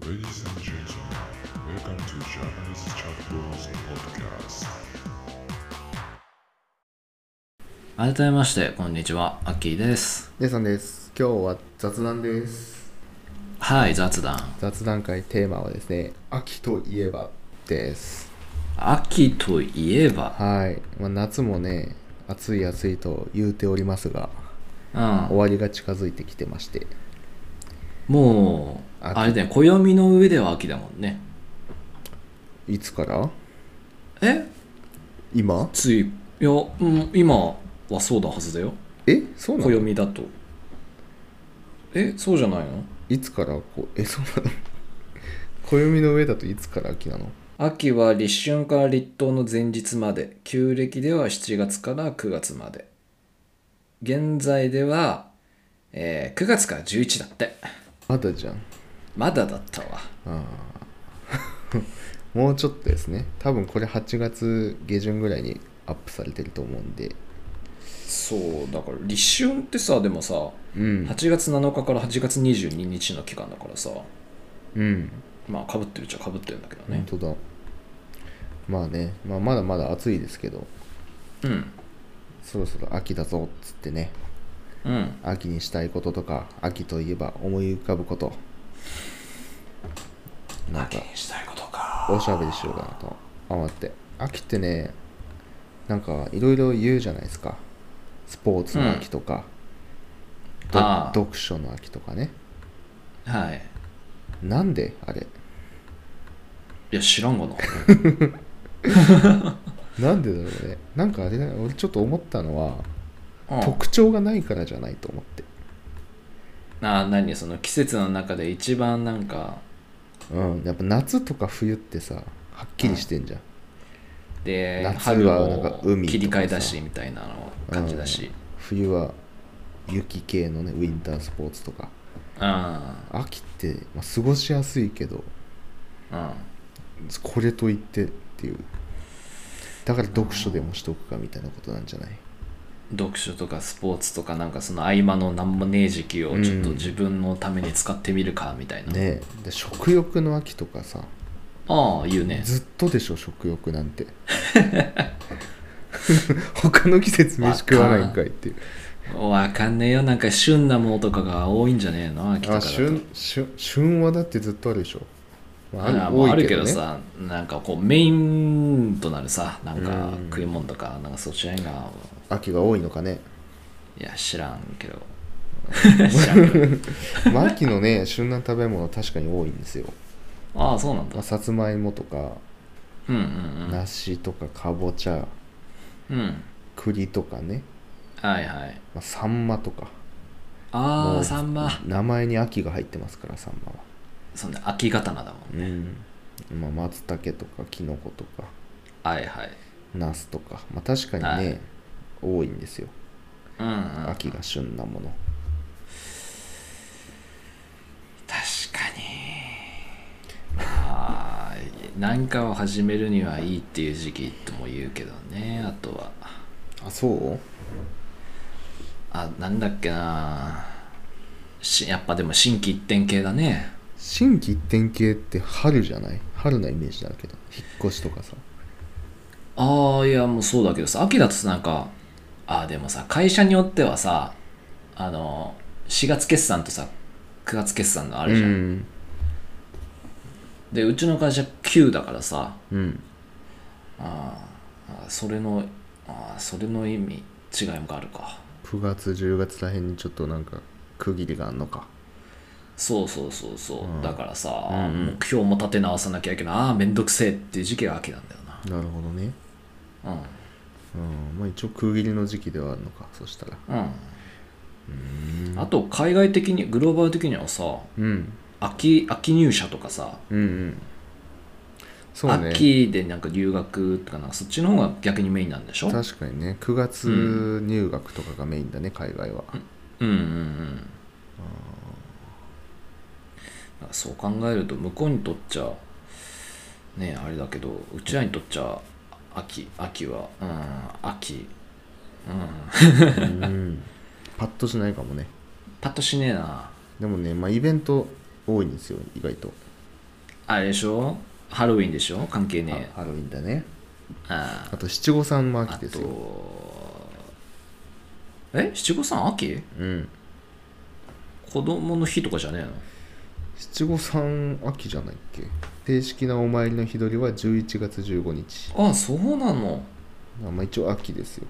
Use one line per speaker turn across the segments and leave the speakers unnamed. Ladies and gentlemen, welcome to Japanese Chat Bros Podcast.
改めましてこんにちはアッキーです
姉さんです今日は雑談です
はい雑談
雑談会テーマはですね秋といえばです
秋といえば
はい、まあ、夏もね暑い暑いと言うておりますが
う
終
ん
わりが近づいてきてまして
もう
秋
あれだよ暦の上では秋だもんね
いつから
え
今
ついいや、うん、今はそうだはずだよ
えそうなの
暦だとえそうじゃないの
いつからこえそうなの 暦の上だといつから秋なの
秋は立春から立冬の前日まで旧暦では7月から9月まで現在では、えー9月から11だって
まだじゃん
まだだったわ
もうちょっとですね多分これ8月下旬ぐらいにアップされてると思うんで
そうだから立春ってさでもさ
うん
8月7日から8月22日の期間だからさ
うん
まあかぶってるっちゃかぶってるんだけど
本
ね
当だまあね、まあ、まだまだ暑いですけど
うん
そろそろ秋だぞっつってね
うん
秋にしたいこととか秋といえば思い浮かぶことなんか
したいことか
おしゃべりしようかなと思って秋ってねなんかいろいろ言うじゃないですかスポーツの秋とか、ど
ああ
読書の秋とかね
はい
なんであれ
いや知らんがな
なんでだろうねなんかあれだ俺ちょっと思ったのは
うん
特徴がないからじゃないと思って
あ何その季節の中で一番なんか
うん、やっぱ夏とか冬ってさはっきりしてんじゃん、
で
夏
春
はなんか海
も
とかさ
切り替えだしみたいなの感じだし
冬は雪系のねウィンタースポーツとか
うん
秋って、まあ、過ごしやすいけど
うん
これといってっていうだから読書でもしとくかみたいなことなんじゃない
読書とかスポーツとかなんかその合間の何もねえ時期をちょっと
うん
自分のために使ってみるかみたいな、
ねえで食欲の秋とかさ
ああ言うね
ずっとでしょ食欲なん て他の季節飯食わないんかいっていう
わかんねえよなんか旬なものとかが多いんじゃねえの秋とか
あ
だと
旬旬旬はだってずっとあるでしょ、ま
ある
多い
あるけど
ね
さなんかこうメインとなるさなんか
うん
食い物とかなんかそちらが
秋が多いのかね
いや知らんけど 知らんけ ど
まあ秋のね旬な食べ物確かに多いんですよ、
ああそうなん
ま
だ
あ、さつまいもとか、
うんうん
梨とかかぼちゃ
うんうん
栗とかね、
はいはい
まあ、サンマとか
あ
も
あ
う
サンマ
名前に秋が入ってますからサンマは
そんな秋刀だもん
うん、まあ、松茸とかきのことか
はいはい
ナスとか、まあ、確かにね、
はい
多いんですよ
うんうん
秋が旬なもの
確かにまあ何かを始めるにはいいっていう時期とも言うけどねあとは
あそう
あなんだっけなしやっぱでも新規一点系だね
新規一点系って春じゃない春なイメージだけど引っ越しとかさ
ああいやもうそうだけどさ秋だとさなんかああでもさ会社によってはさあの4月決算とさ9月決算のあるじゃん、
うん
でうちの会社9だからさ
うん
あーあーそれのあーそれの意味違いもあるか
9月10月らへんにちょっとなんか区切りがあんのか
そうそうそうそう、
うん
だからさ、
うんうん
目標も立て直さなきゃいけないああめんどくせえっていう時期が秋なんだよ
なるほどね
な
うんまあ一応区切りの時期ではあるのかそしたら
うんうんあと海外的にグローバル的にはさ
うん
秋秋入社とかさ、
うんうんそうね
秋でなんか留学とかなんかそっちの方が逆にメインなんでしょ
確かにね9月入学とかがメインだね、海外は
うんうんうんだからそう考えると向こうにとっちゃねあれだけどうちらにとっちゃ秋秋はうん秋
うんパッとしないかもね
パッとしねえな
でもねまあイベント多いんですよ意外と
あれでしょハロウィンでしょ関係ね
あハロウィンだね
え。あ
あと七五三も
ああ
秋ですよ
と、え七五三秋
うん
子供の日とかじゃねえの
七五三秋じゃないっけ正式なお参りの日取りは11月15日
あそうなの
あまあ一応秋ですよ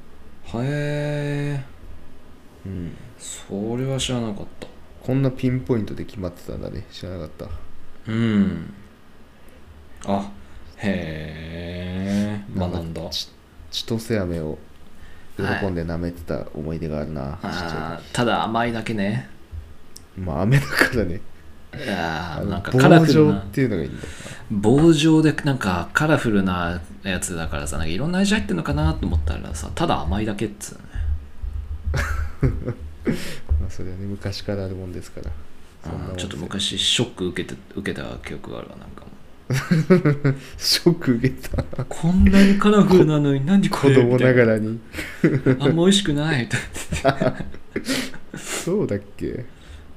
へえ
うん
それは知らなかっ
こんなピンポイントで決まってたんだね知らなかった
たうんあへえ学んだ
かち千歳飴を喜んで舐めてた思い出があるな、ちっちゃ
あーただ甘いだけね
いまあ飴だからね
あ
あ
ー
の
なんかカラフ
棒
ル
状
な
っていうのがいいんだよ
棒状でなんかカラフルなやつだからさなんかいろんな味入ってるのかなと思ったらさただ甘いだけっつうね
な、まあ、それはね昔からあるもんですからそんなもん
あー
です
ちょ
よ
っと昔ショック受けて受けた記憶があるわなんかもう
ショック受 けた
こんなにカラフルなのに何こ
子
れ
供
みた
ない
な
がらに
あんま美味しくないみたい
そうだっけ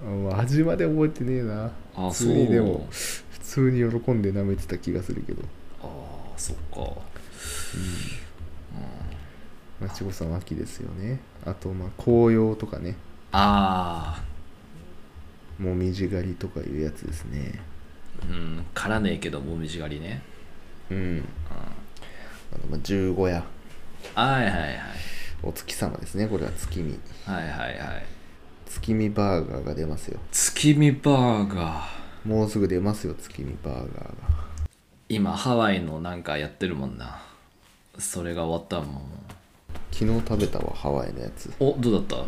あもう味まで覚えてねえな
なあ
普通にで
そう
も普通に喜んで舐めてた気がするけど
ああそっか
まあ七五三は秋ですよねあとまあ紅葉とかね
ああ
もみじ狩りとかいうやつですね
うんからねえけどもみじ狩りね
うんあとまあ十五夜
はいはいはい
お月様ですねこれは月見
はいはいはい
月見バーガーが出ますよ
月見バーガー
もうすぐ出ますよ月見バーガーが
今ハワイのなんかやってるもんなそれが終わったもん
昨日食べたわハワイのやつ
おどうだっ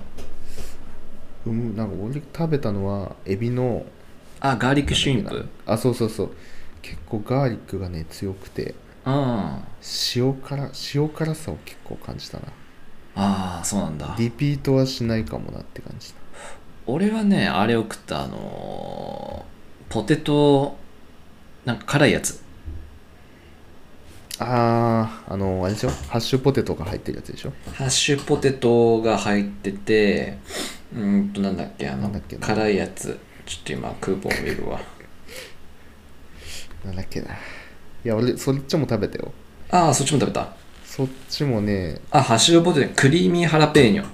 うんなんか俺食べたのはエビの
たあガーリックシュリンプう
な
ん
んだっけなあそうそうそう結構ガーリックがね強くて
あ
塩辛塩辛さを結構感じたな
あそうなんだ
リピートはしないかもなって感じだ
俺はねあれを食ったあのーポテトなんか辛いやつ
あーあのあれでしょハッシュポテトが入ってるやつでしょ
ハッシュポテトが入っててうーんとなんだっけあ
な
の
んだっけな
辛いやつちょっと今クーポン見るわ
なんだっけないや俺そっちも食べたよ
ああそっちも食べた
そっちもね
あハッシュポテトクリーミーハラペーニョ
あ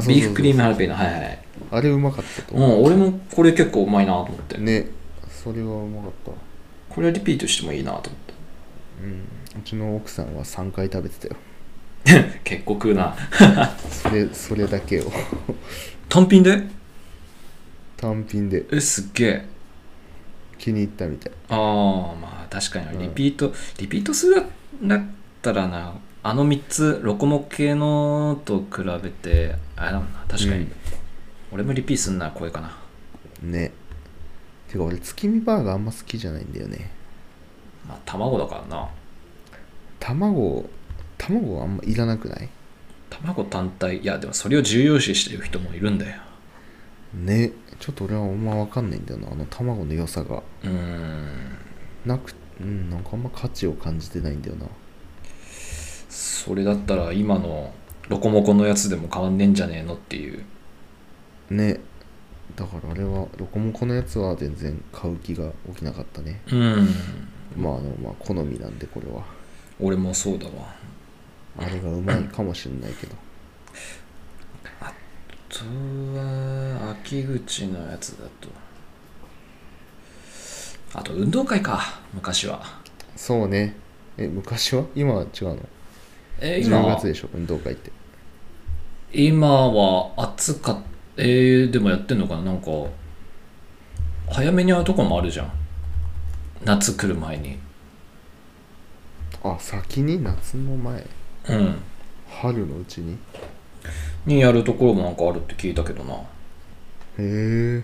そうそうそうそう
ビーフクリームハラペーニョはいはい
あれうまかったと
う
思
ん俺もこれ結構うまいなと思って
うねそれはうまかった
これリピートしてもいいなと思って
うんうちの奥さんは3回食べてたよ
結構食うな
それそれだけを
単品で
単品で
えすっげえ
気に入ったみたい
ああまあ確か
う
にリ
ん
ピート、リピートするだったらなあの3つロコモ系のと比べてあれだもんな確かに、
うん
俺もリピートすんならこれかな
ねてか俺月見バーガーあんま好きじゃないんだよね
まあ卵だからな
卵卵あんまいらなくない
卵単体いやでもそれを重要視してる人もいるんだよ
ねちょっと俺はあんま分かんないんだよなあの卵の良さが
うーん
なくうんなんかあんま価値を感じてないんだよな
それだったら今のロコモコのやつでも変わんねえんじゃねえのっていう
ねだからあれはロコモコのやつは全然買う気が起きなかったね
うん
まああのまあ好みなんでこれは
俺もそうだわ
あれがうまいかもしれないけど
あとは秋口のやつだとあと運動会か昔は
そうねえ昔は今は違うの
えー
10
今
月でしょ運動会って
今は暑かったえーでもやってんのかななんか早めにやるとこもあるじゃん夏来る前に
あ先に夏の前
うん
春のうちに
にやるところもなんかあるって聞いたけどな
へえ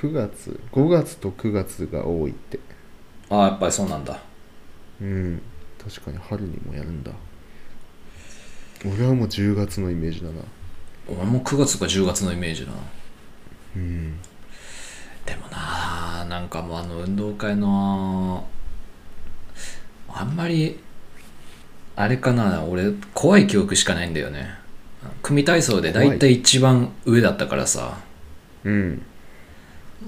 9月5月と9月が多いって
あーやっぱりそうなんだ
うん確かに春にもやるんだ俺はもう10月のイメージだな
俺も9月か10月のイメージだな
うん
でもなあなんかもうあの運動会のあんまりあれかな俺怖い記憶しかないんだよね組体操で大体一番上だったからさ
うん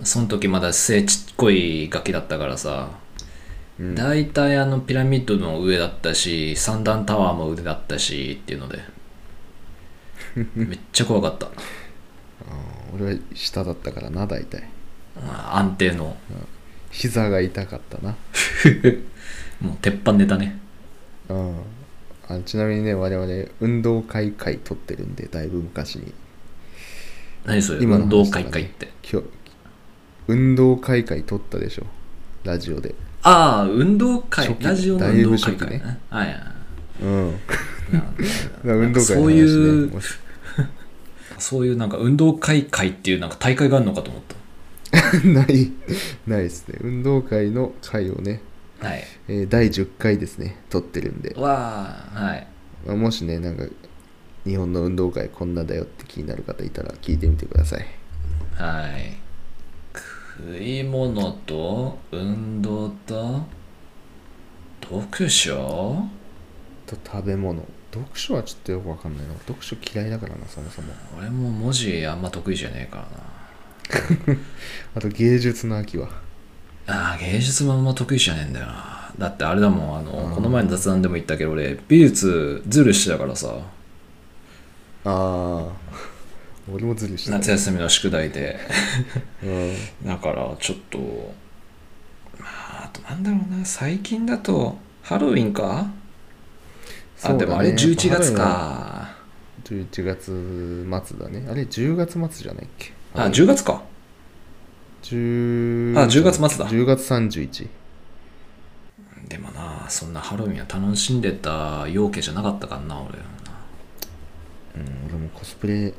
その時まだ背ちっこいガキだったからさ、
うん
大体あのピラミッドの上だったし三段タワーも上だったしっていう のでめっちゃ怖かった
うん俺は下だったからな大体
あ安定の
膝が痛かったな
もう鉄板ネタね
うんあちなみにね我々運動会会取ってるんでだいぶ昔に
何それ
今の
運動
話
会
だね
会って
今日運動会会取ったでしょラジオで
ああ運動会
初期ね
ラジオの運動会
だいぶ初期
会ね
ね
はいはい
うん
なん
運
か
動会の話ね
そういう
もし
そういうなんか運動会会っていうなんか大会があるのかと思っ
ないないですね運動会の会をね、
たはい
えー第10回ですね取ってるんで、
わあはい
まあもしねなんか日本の運動会こんなだよって気になる方いたら聞いてみてください
はい食い物と運動と読書
と食べ物読書はちょっとよくわかんないな読書嫌いだからなそもそも
俺も文字あんま得意じゃねえから
あと芸術の秋は
なああ芸術もあんま得意じゃねえんだよなだってあれだもんあの、この前の雑談でも言ったけど俺美術ズルしてたからさ
ああ 俺もずるした、
夏休みの宿題で
うん
だからちょっとまああとなんだろうな最近だとハロウィンか、あ
そうだね
でもあれ11月
やっぱハ
か
11月末だねあれ10月末じゃないっけ
あ10月か
10
あ10月末だ
10月31
でもなそんなハロウィンは楽しんでた陽気じゃなかったからな俺
うん俺もコスプレ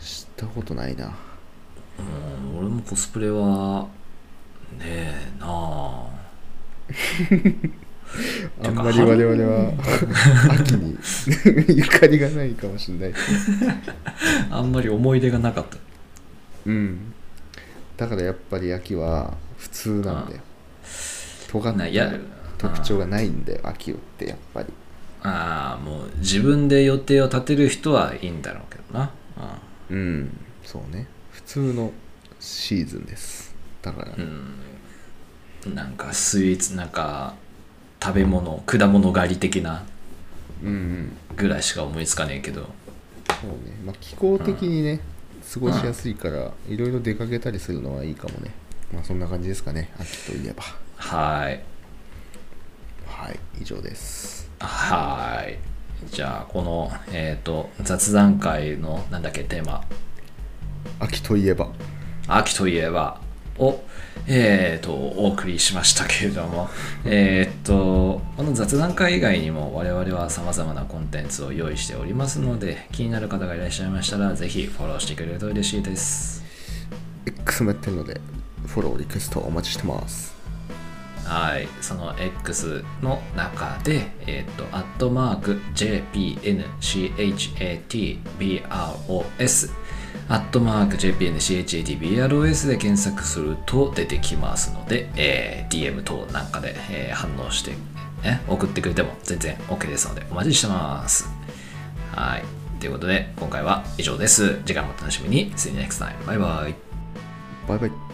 したことないな
うん俺もコスプレはねえなあ
あ
て
ん
か
まり我々 は秋に ゆかりがないかもしれない
あんまり思い出がなかった
うんだからやっぱり秋は普通なんだよ尖っ
な
て
や
ない特徴がないんだよ秋ってやっぱり
ああもう自分で予定を立てる人はいいんだろうけどな
うんそうね普通のシーズンですだから、
うんなんかスイーツなんか食べ物果物狩り的な
うんうん
ぐらいしか思いつかねえけど
そうね、まあ、気候的にね、過ごしやすいから、いろいろ出かけたりするのはいいかもね。まあ、そんな感じですかね、秋といえば。
はい
はい、以上です。
はーいじゃあこのえっ、と雑談会のなんだっけテーマ
秋といえば、
秋といえばを、えー、とお送りしましたけれども、 えー、とこの雑談会以外にも我々はさまざまなコンテンツを用意しておりますので気になる方がいらっしゃいましたらぜひフォローしてくれると嬉しいです
X もやってるので、フォロー、リクエストお待ちしてます。
はいその X の中でえっ、とアットマーク JPNCHATBROS アットマーク JPNCHATBROS で検索すると出てきますので、えー DM 等なんかで、えー反応して、ね、送ってくれても全然 OK ですのでお待ちしてます。はい。ということで今回は以上です。次回もお楽しみに。See you next time. バイバイ。
バイバイ。